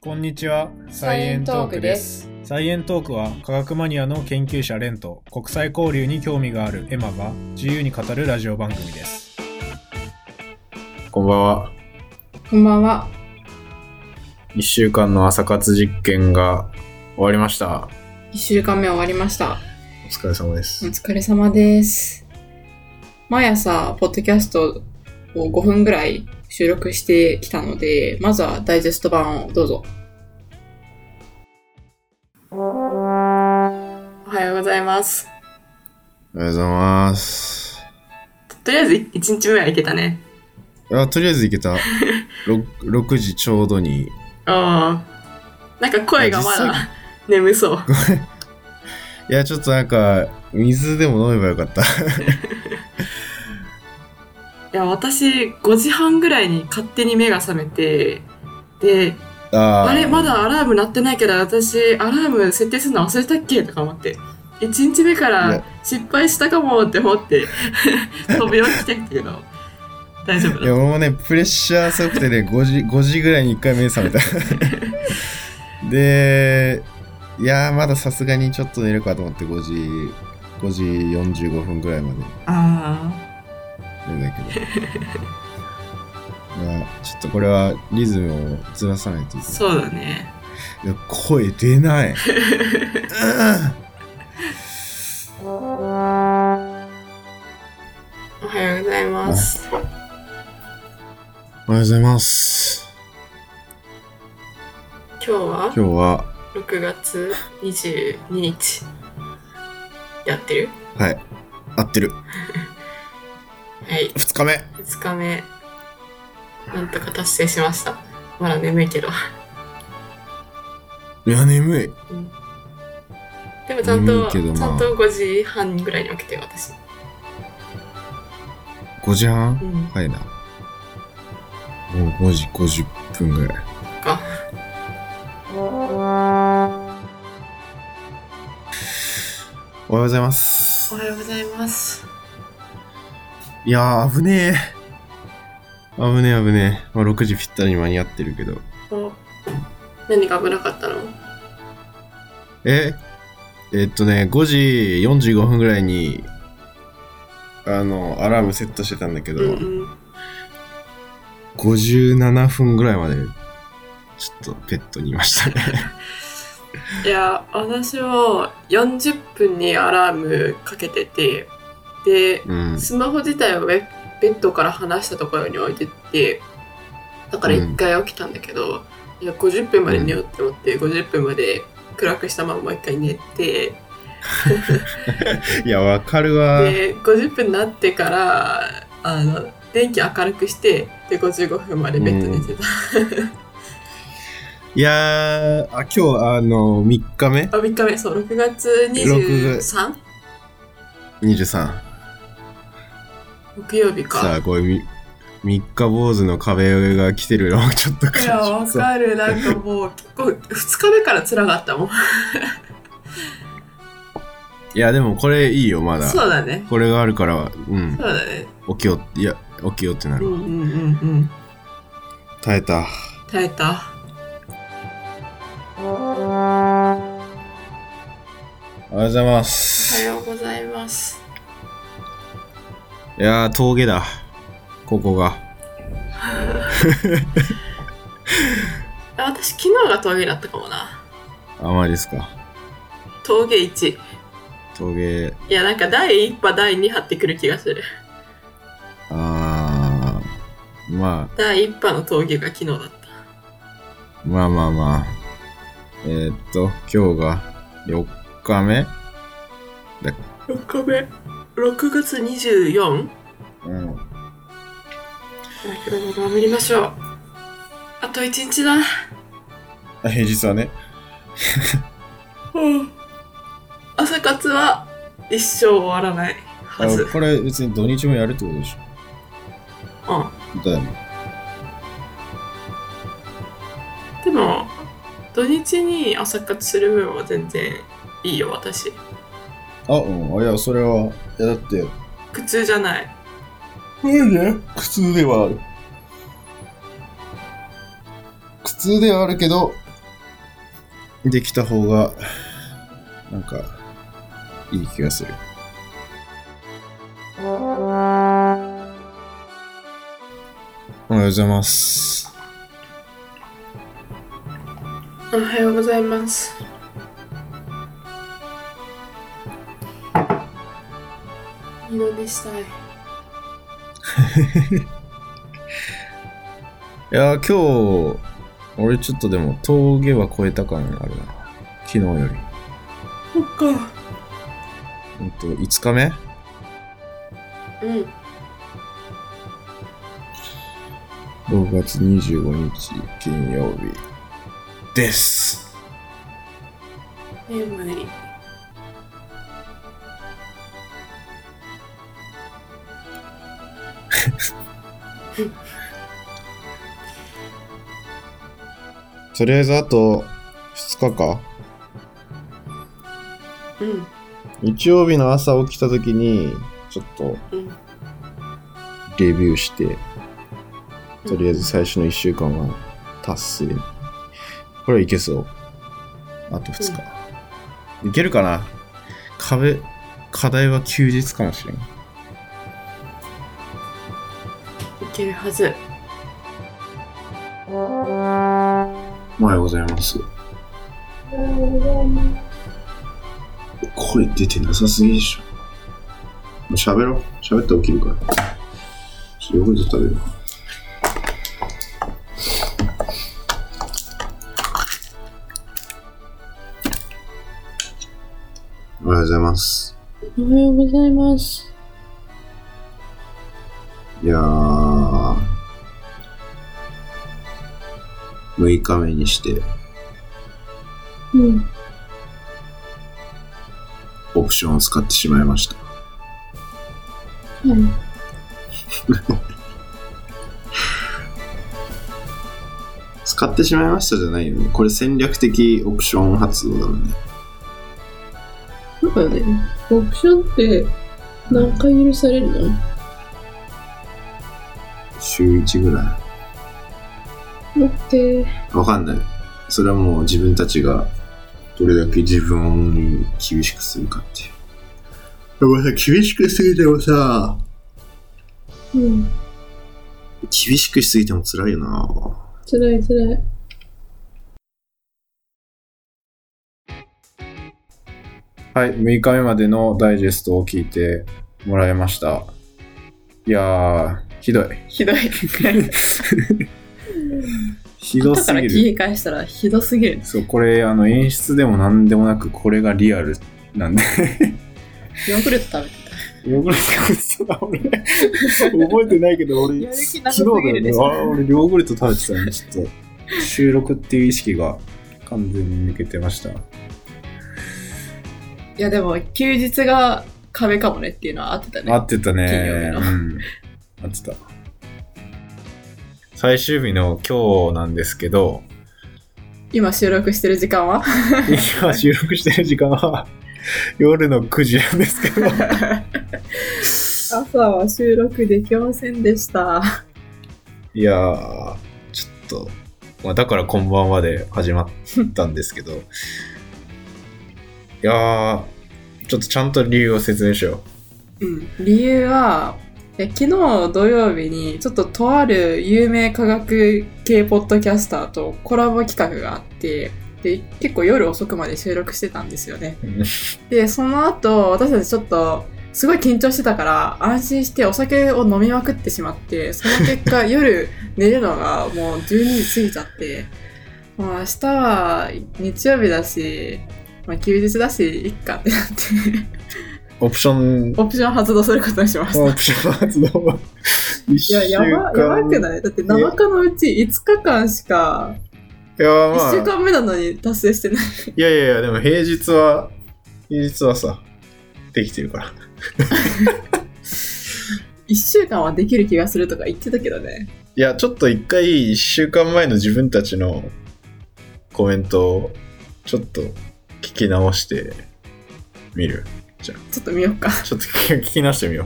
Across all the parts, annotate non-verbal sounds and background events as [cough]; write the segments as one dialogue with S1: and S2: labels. S1: こんにちは、サイエントークです。サイエントークは科学マニアの研究者レンと国際交流に興味があるエマが自由に語るラジオ番組です。
S2: こんばんは。
S3: こんばんは。
S2: 1週間の朝活実験が終わりました。
S3: 1週間目終わりました。
S2: お疲れ様で
S3: お
S2: す。
S3: 疲れ様です。毎朝、ポッドキャストを5分ぐらい収録してきたので、まずはダイジェスト版をどうぞ。おはようございます。
S2: おはようございます。
S4: とりあえず1日目は行けたね。
S2: あ、とりあえずいけた。6, 6時ちょうどに。
S4: ああ。なんか [laughs] 声がま
S2: いや実
S4: だ眠そう。
S2: いや、ちょっとなんか、水でも飲めばよかった。
S4: いや、私5時半ぐらいに勝手に目が覚めて、で、
S2: あー
S4: あれ、まだアラーム鳴ってないけど、私アラーム設定するの忘れたっけとか思って。1日目か
S2: い
S4: ら
S2: や
S4: 失敗したかもって思って、 [laughs] 飛び起きてんだけど、大丈夫
S2: い
S4: だ
S2: や、。俺もね、プレッシャー強くてね、5時、5時ぐらいに1回目覚めた。 [laughs] で、いやー、まださすがにちょっと寝るかと思って5時、5時45分ぐらいまで。
S4: あ
S2: なんだけど。 [laughs] まあ、ちょっとこれはリズムをずらさないといけな
S4: あ、
S2: い
S4: そうだね。
S2: いや。声出ない。うん
S3: おはようございます。
S2: [laughs] おはようございます。
S4: 今日は
S2: 今日は、
S4: 6月22日。やってる
S2: はい、合ってる。
S4: はい。
S2: 2日目。
S4: 2日目なんとか達成しましたまだ眠いけど
S2: いや、眠い。
S4: でもちゃん
S2: 眠い
S4: と、
S2: けどまあ
S4: ちゃんと5時半ぐらいに起きてよ私
S2: 5時
S4: う
S2: 半
S4: ん
S2: 早いな。もう5時50分ぐらい。
S4: か
S2: おはようございます
S4: お。はようございます
S2: いやー、危ねえ。危ねえ、危ねえ。まあ、6時ぴったりに間に合ってるけど。
S4: お何が危なかったの
S2: ええっとね5時45分ぐらいにあのアラームセットしてたんだけど、
S4: うんうん
S2: 57分ぐらいまでちょっとペットにいました
S4: [laughs]
S2: ね
S4: いや私は40分にアラームかけててで
S2: うん
S4: スマホ自体はベベッドから離したところに置いてってだから1回起きたんだけど、いや50分まで寝ようって思って、50分まで暗くしたままもう1回寝て
S2: いやわかるわ
S4: で50分になってからあの電気明るくしてで55分までベッド寝てた、
S2: いやーあ今日あの3日目
S4: あ3日目そう6月 23?
S2: 23
S4: 木曜日
S2: さ
S4: か
S2: あこれみ三日坊主の壁が来てるのを [laughs] ちょっと感
S4: い
S2: じ
S4: やわ
S2: そう
S4: かるなんかもう結構2日目から辛かったもん
S2: いやでもこれいいよまだ
S4: そうだね
S2: これがあるからうん
S4: そうだね
S2: 起きよういや起きようってな
S4: う
S2: る、
S4: んうんうんうん
S2: 耐えた
S4: 耐えた
S2: おはようございま
S4: お
S2: す
S4: はようございます
S2: いやー、峠だ。ここが。
S4: あ私昨日が峠だったかもな
S2: あまりですか。
S4: 峠1
S2: 峠、
S4: いやなんか第1波第2波ってくる気がする
S2: あー、ま
S4: 第1波の峠が昨日だった
S2: あ、まあまあまあ。えー、っと、今日が4日目
S4: 6日目6月 24?
S2: うん。
S4: 今日も頑張りましょうあと1日だ
S2: あ平日はね。
S4: 朝活は一生終わらないはずうん
S2: これ別に土日もやるってことでしょ。だよね。
S4: でも土日に朝活する分は全然いいよ私
S2: あ、うん。いや、それは、いや、だって、
S4: 苦痛じゃない
S2: なんで苦痛ではある。苦痛ではあるけど、できた方が、なんか、いい気がする。おはようございます。
S5: おはようございます。二度寝したい。
S2: いやー、今日、俺ちょっとでも峠は越えた感あるな。昨日より。
S5: そっか。
S2: ほんと、5日目
S5: うん。
S2: ?6 月25日金曜日です。
S5: え、までに。
S2: とりあえずあと2日か。
S5: うん。
S2: 日曜日の朝起きた時に、ちょっと
S5: うん。
S2: レビューして、とりあえず最初の1週間は達成。これはいけそう。あと2日。いけるかな壁、課題は休日かもしれん。
S5: いけるはず。
S2: おはようございます。声出てなさすぎでしょ。もう喋ろう。喋って起きるから。ちょっとヨーグルト食べるわ。おはようございます。
S5: おはようございます。
S2: いやー、6日目にして
S5: うん。
S2: オプションを使ってしまいました。
S5: うん。
S2: 使ってしまいましたじゃないよね。これ戦略的オプション発動だもんね。
S5: なんかね、オプションって何回許されるの
S2: 週1ぐら
S5: 待って。
S2: い。わかんない。それはもう自分たちがどれだけ自分に厳しくするかっていう。でもさ、厳しくしすぎてもさ、
S5: うん。
S2: 厳しくしすぎても辛いよな。
S5: 辛い辛い。
S2: はい、6日目までのダイジェストを聞いてもらいました。いやー、ひどい。
S4: ひどい。
S2: ひど
S4: 後
S2: す
S4: から
S2: ぎ
S4: 聞
S2: る。
S4: き返したらひどすぎる。
S2: そう、これ、あの、演出でも何でもなく、これがリアルなんで。
S4: ヨーグルト食べて
S2: ヨーグルト食べてた、俺。覚えてないけど、俺、
S4: やる気なさす
S2: 昨日
S4: ぎ
S2: だよ
S4: るで
S2: ね。
S4: しょ
S2: あ俺、ヨーグルト食べてたね、ちょっと。収録っていう意識が完全に抜けてました。
S4: た。いやでも休日が壁かもねっていうのはあってたね。
S2: 合ってたね。
S4: 金曜日
S2: うん。合ってた。最終日の今日なんですけ
S4: [laughs]
S2: ど、
S4: 今収録してる時間は
S2: 今収録してる時間は夜の9時なんですけど、
S4: 朝は収録できませんでした。
S2: いやー、ちょっと、まあ、だからこんばんはで始まったんですけど、いやー、ちょっとちゃんと理由を説明しよ
S4: うん、理由はいや昨日土曜日にちょっととある有名科学系ポッドキャスターとコラボ企画があってで結構夜遅くまで収録してたんですよね
S2: う。うん
S4: でその後私たちちょっとすごい緊張してたから安心してお酒を飲みまくってしまってその結果夜寝るのがもう12時過ぎちゃって、 [laughs] まあ、明日は日曜日だし、まあ、休日だしいっかってなって [laughs]
S2: オプション、
S4: オプション発動することにしました。
S2: オプション発動は一
S4: [laughs] い
S2: 週
S4: や、
S2: 間
S4: やば、やばくないだって7日のうち5日間しか、
S2: いやー、
S4: 1週
S2: まあ、
S4: 間目なのに達成してない。
S2: いやいやいや、でも平日は、平日はさ、できてるから。
S4: 1週間はできる気がするとか言ってたけどね。
S2: いや、ちょっと一回、一週間前の自分たちのコメントを、ちょっと聞き直してみる。
S4: ちょっと見ようか。
S2: ちょっと聞き聞き直してみよ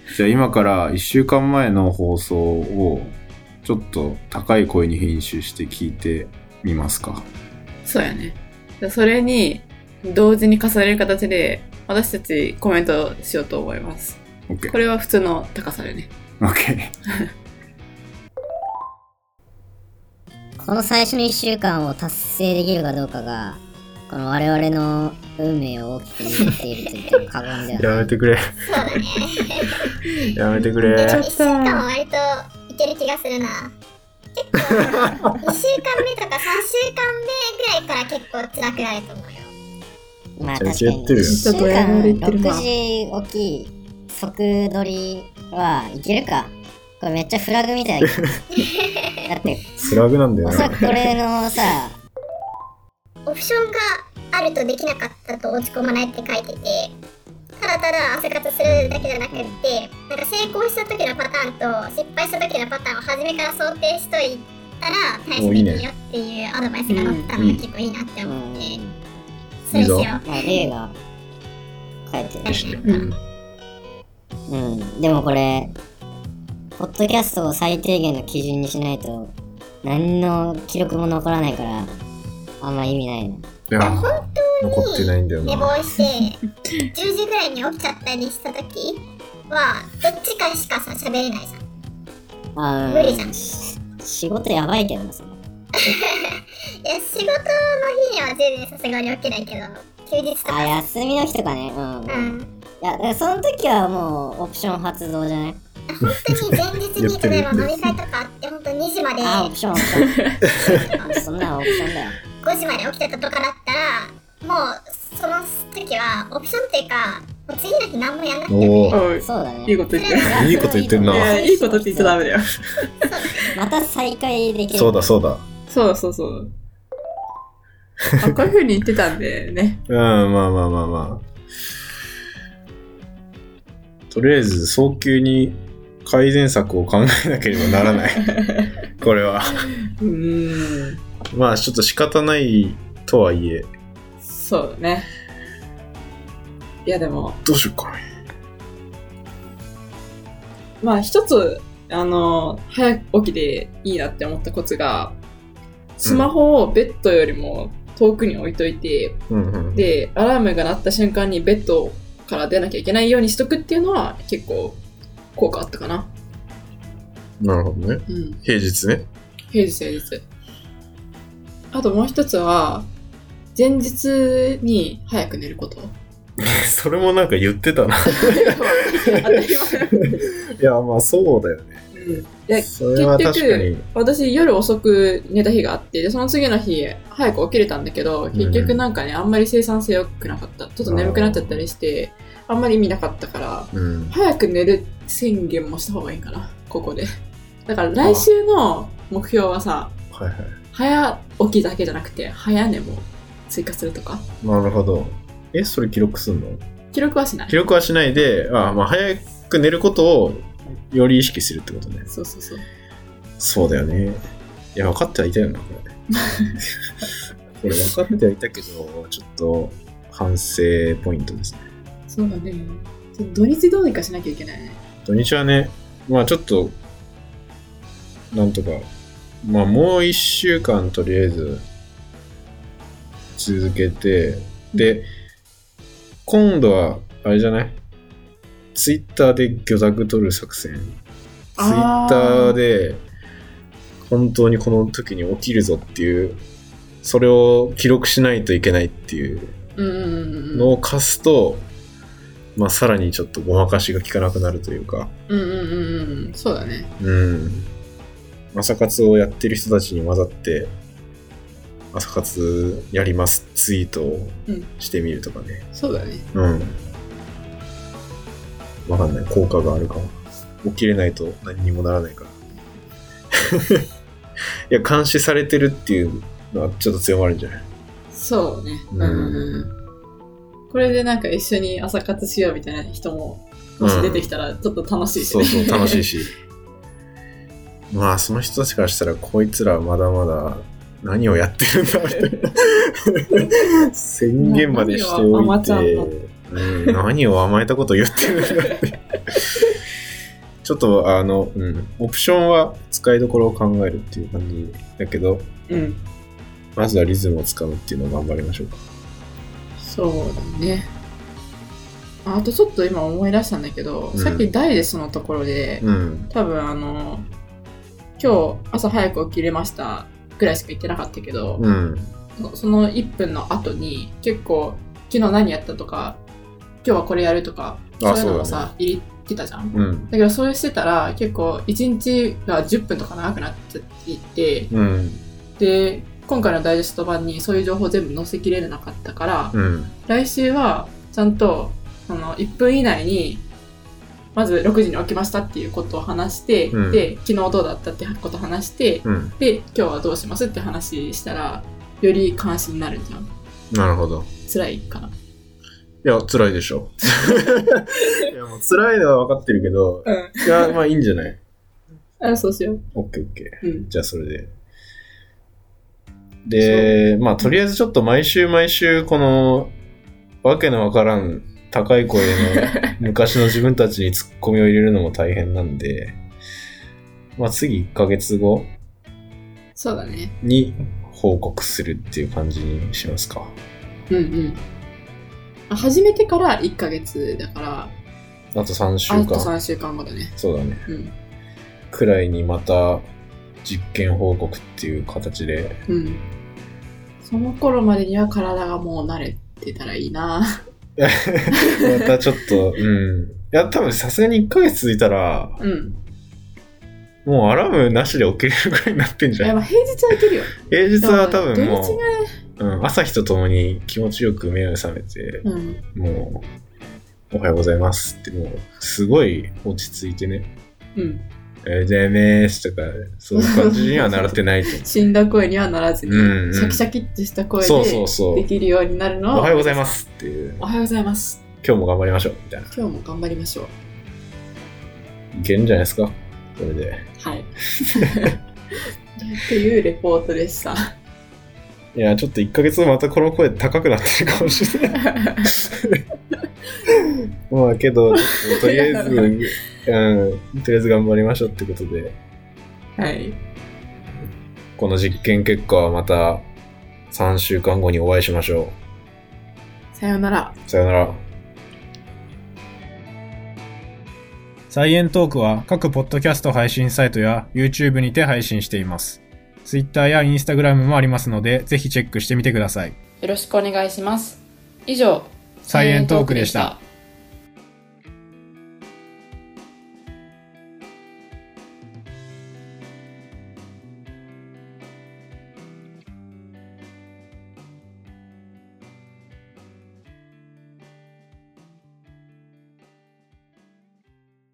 S2: う。じゃあ今から1週間前の放送をちょっと高い声に編集して聞いてみますか。
S4: そうやね。でそれに同時に重ねる形で私たちコメントしようと思います。
S6: OK。
S4: これは普通の高さでね。
S6: OK。
S7: この最初の1週間を達成できるかどうかが、この我々の運命を大きく握っていると言っても過言では
S2: や
S7: な
S2: め
S7: い。
S2: てくれ。
S8: そうね。
S2: やめてくれ。
S8: 1週間は割といける気がするな。結構、2週間目とか3週間目ぐらいから結構辛くなると思うよ。
S7: まあ確
S6: めっ
S7: かに
S6: ちゃやってるよ
S7: 1週
S4: ちょっとやられて
S7: 間
S4: るな
S7: 6時起き、即撮りはいけるかこれめっちゃフラグみたいだけどだって、
S2: スラグなんだよ
S7: おそら
S2: な。
S7: くこれのさ、
S8: オプションがあるとできなかったと落ち込まないって書いててただただ朝活するだけじゃなくってなんか成功した時のパターンと失敗した時のパターンを初めから想定しといたら対処できるよっていうアドバイスが載ったのが結構いいなって
S7: う
S8: 思
S7: ん
S8: って、、それしよう
S6: いい
S7: まあ例が書いてある。
S4: うん
S7: うん、でもこれ、ポッドキャストを最低限の基準にしないと、何の記録も残らないから、あんま意味ないね。
S2: いや、残ってないんだよ
S8: 寝
S2: な。
S8: 坊して10時ぐらいに起きちゃったりした時はどっちかしかさ喋れないじゃん
S7: あ
S8: 無理じゃ
S7: ー
S8: ん
S7: し仕事やばいけどな、それ。
S8: いや仕事の日には全然さすがに起きないけど休日と
S7: あ、
S8: か
S7: 休みの日とかね。うん。
S8: う
S7: い
S8: ん
S7: や、だからその時はもう、オプション発動じゃない
S8: 本当に前日に例えば飲み会とかあって本当2時まで
S7: あ、オ
S8: 5
S7: プション、オプシ
S4: [laughs]
S7: ョン。あそんなのオプションだよ。
S8: 時まで起きてたとかだったらもうその時はオプションっていうかもう次の日何もやんなくて
S2: おお。
S4: おい
S7: そうだね。
S4: いいこと言ってる。
S7: や
S2: いいこと言ってん
S4: い
S2: な
S4: やいいことって言っちゃダメだよ。
S7: また再開できる。
S2: そうだそうだ。
S4: そうだそうそう。まあこういう風に言ってたんでね。
S2: うん、まあまあまあまあ。とりあえず早急に改善策を考えなければならない。これは。
S4: うーん。
S2: まあちょっと仕方ないとはいえ。
S4: そうだね。いやでも、
S2: どうしようかな。
S4: まあ一つ、あの、早く起きていいなって思ったコツが、スマホをベッドよりも遠くに置いといて、
S2: うんうん。
S4: で、アラームが鳴った瞬間にベッドから出なきゃいけないようにしとくっていうのは結構効果あったかな。
S2: なるほどね。
S4: うん。
S2: 平日ね。
S4: 平日平日。あともう一つは、前日に早く寝る [laughs] こと。
S2: [laughs] それもなんか言ってたな。
S4: [laughs] 当たり前
S2: いや、まあそうだよね。
S4: [laughs] うんで
S2: それは確かに。
S4: 私夜遅く寝た日があってでその次の日早く起きれたんだけど結局なんかね、あんまり生産性良くなかったちょっと眠くなっちゃったりしてあんまり意味なかったから
S2: うん。
S4: 早く寝る宣言もした方がいいかなここでだから来週の目標はさ
S2: はいは
S4: 早起きだけじゃなくて早寝も追加するとか
S2: い。なるほど。え、それ記録すんの
S4: 記録はしない
S2: 記録はしないで、あまあ、早く寝ることをより意識するってことね。
S4: そうそうそう
S2: そうだよね。いや、分かってはいたよな、こ [laughs] れ。これ分かってはいたけど、ちょっと反省ポイントですね。
S4: そうだねちょっと土日どうにかしなきゃいけないね
S2: 土日はね、まあちょっと、なんとか、まあもう一週間とりあえず続けて、で、今度は、あれじゃないツイッターで魚拓取る作戦。ツイ
S4: あー
S2: ッターで、本当にこの時に起きるぞっていう、それを記録しないといけないっていう
S4: うんうんうんうん
S2: のを課すと、まあさらにちょっとごまかしが効かなくなるというか。
S4: うんうんうんうんそうだね
S2: うん。朝活をやってる人たちに混ざって、朝活やりますツイートをしてみるとかね。
S4: そうだね
S2: うん。わかんない。効果があるかも。起きれないと何にもならないから。 [laughs] いや、監視されてるっていうのはちょっと強まるんじゃない
S4: そうね。
S2: うん
S4: これでなんか一緒に朝活しようみたいな人も、もし出てきたらちょっと楽しいし
S2: そう
S4: ね。
S2: そう、楽しい
S4: し。
S2: し。まあ、その人たちからしたら、こいつらまだまだ何をやってるんだみたいな宣言までして
S4: もう
S2: お
S4: 何を甘
S2: い
S4: ちゃんだって
S2: て、うん、何を甘えたこと言ってるんだって。ちょっと、あの、うん、オプションは使いどころを考えるっていう感じだけど、
S4: うん。
S2: まずはリズムをつかむっていうのを頑張りましょうか。
S4: そうだね。あとちょっと今思い出したんだけど、
S2: うん
S4: さっきダイレスのところで、
S2: うん。
S4: 多分あの、今日朝早く起きれましたぐらいしか言ってなかったけど、
S2: うん。
S4: そその1分の後に結構昨日何やったとか、今日はこれやるとか、そう
S2: あ
S4: いうのが
S2: そうだ
S4: さ、入ってたじゃん。
S2: うん。
S4: だけどそうしてたら結構1日が10分とか長くなっちゃっていて、
S2: うん。
S4: で、今回のダイジェスト版にそういう情報全部載せきれなかったから、
S2: うん。
S4: 来週はちゃんとあの1分以内にまず6時に起きましたっていうことを話して、
S2: うん
S4: で昨日どうだったってことを話して
S2: うん。
S4: で今日はどうしますって話したらより監視になるじゃん
S2: なるほど。
S4: 辛いかない
S2: や、辛いでしょ。 [laughs] いや、もう辛いのは分かってるけど、いや、まあいいんじゃない
S4: あそうしよう
S2: オッケーオッケー。
S4: うん
S2: じゃあそれで。で、まあとりあえずちょっと毎週毎週このわけのわからん高い声の昔の自分たちにツッコミを入れるのも大変なんで、まあ次1ヶ月後
S4: そうだね
S2: に報告するっていう感じにしますか。
S4: うんうんあ始めてから1ヶ月だから
S2: あと3週
S4: あと
S2: 間。
S4: 3週間後だね
S2: そうだね。
S4: うん
S2: くらいにまた実験報告っていう形で、
S4: うんその頃までには体がもう慣れてたらいいな
S2: またちょっと、うん。いや、多分さすがに1ヶ月続いたら、
S4: うん
S2: もうアラームなしで起きれるぐらいになってん
S4: い
S2: じゃ
S4: や
S2: ん。
S4: まあ平日はいけ
S2: [laughs]
S4: るよ
S2: 平日は多分も
S4: 土日が
S2: う、うん、朝日とともに気持ちよく目を覚めて、
S4: うん、
S2: もう、おはようございますって、もう、すごい落ち着いてね、
S4: うん、
S2: おはようございますとか、そういう感じには習ってない
S4: [laughs]
S2: と。
S4: 死んだ声にはならずに、
S2: うんうん
S4: シャキシャキってした声
S2: そうそう
S4: で
S2: そ
S4: で
S2: う。
S4: きるようになる
S2: お
S4: の
S2: はようございますすっていう、
S4: おはようございます
S2: 今日も頑張りましょう、みたいな。
S4: 今日も頑張りましょう
S2: いけるんじゃないですか、これで。
S4: はい
S2: [laughs]
S4: っていうレポートでした
S2: いや、ちょっと1ヶ月後またこの声高くなってるかもしれない。 [laughs] まあけど、ちょっととりあえず、うん、とりあえず頑張りましょうってことで、
S4: はい
S2: この実験結果はまた3週間後にお会いしましょ
S4: さようなら
S2: う。さよなら。
S1: サイエントークは各ポッドキャスト配信サイトや YouTube にて配信しています。Twitter や Instagram もありますので、ぜひチェックしてみてください。
S4: よろしくお願いします以上
S1: サイエントークでした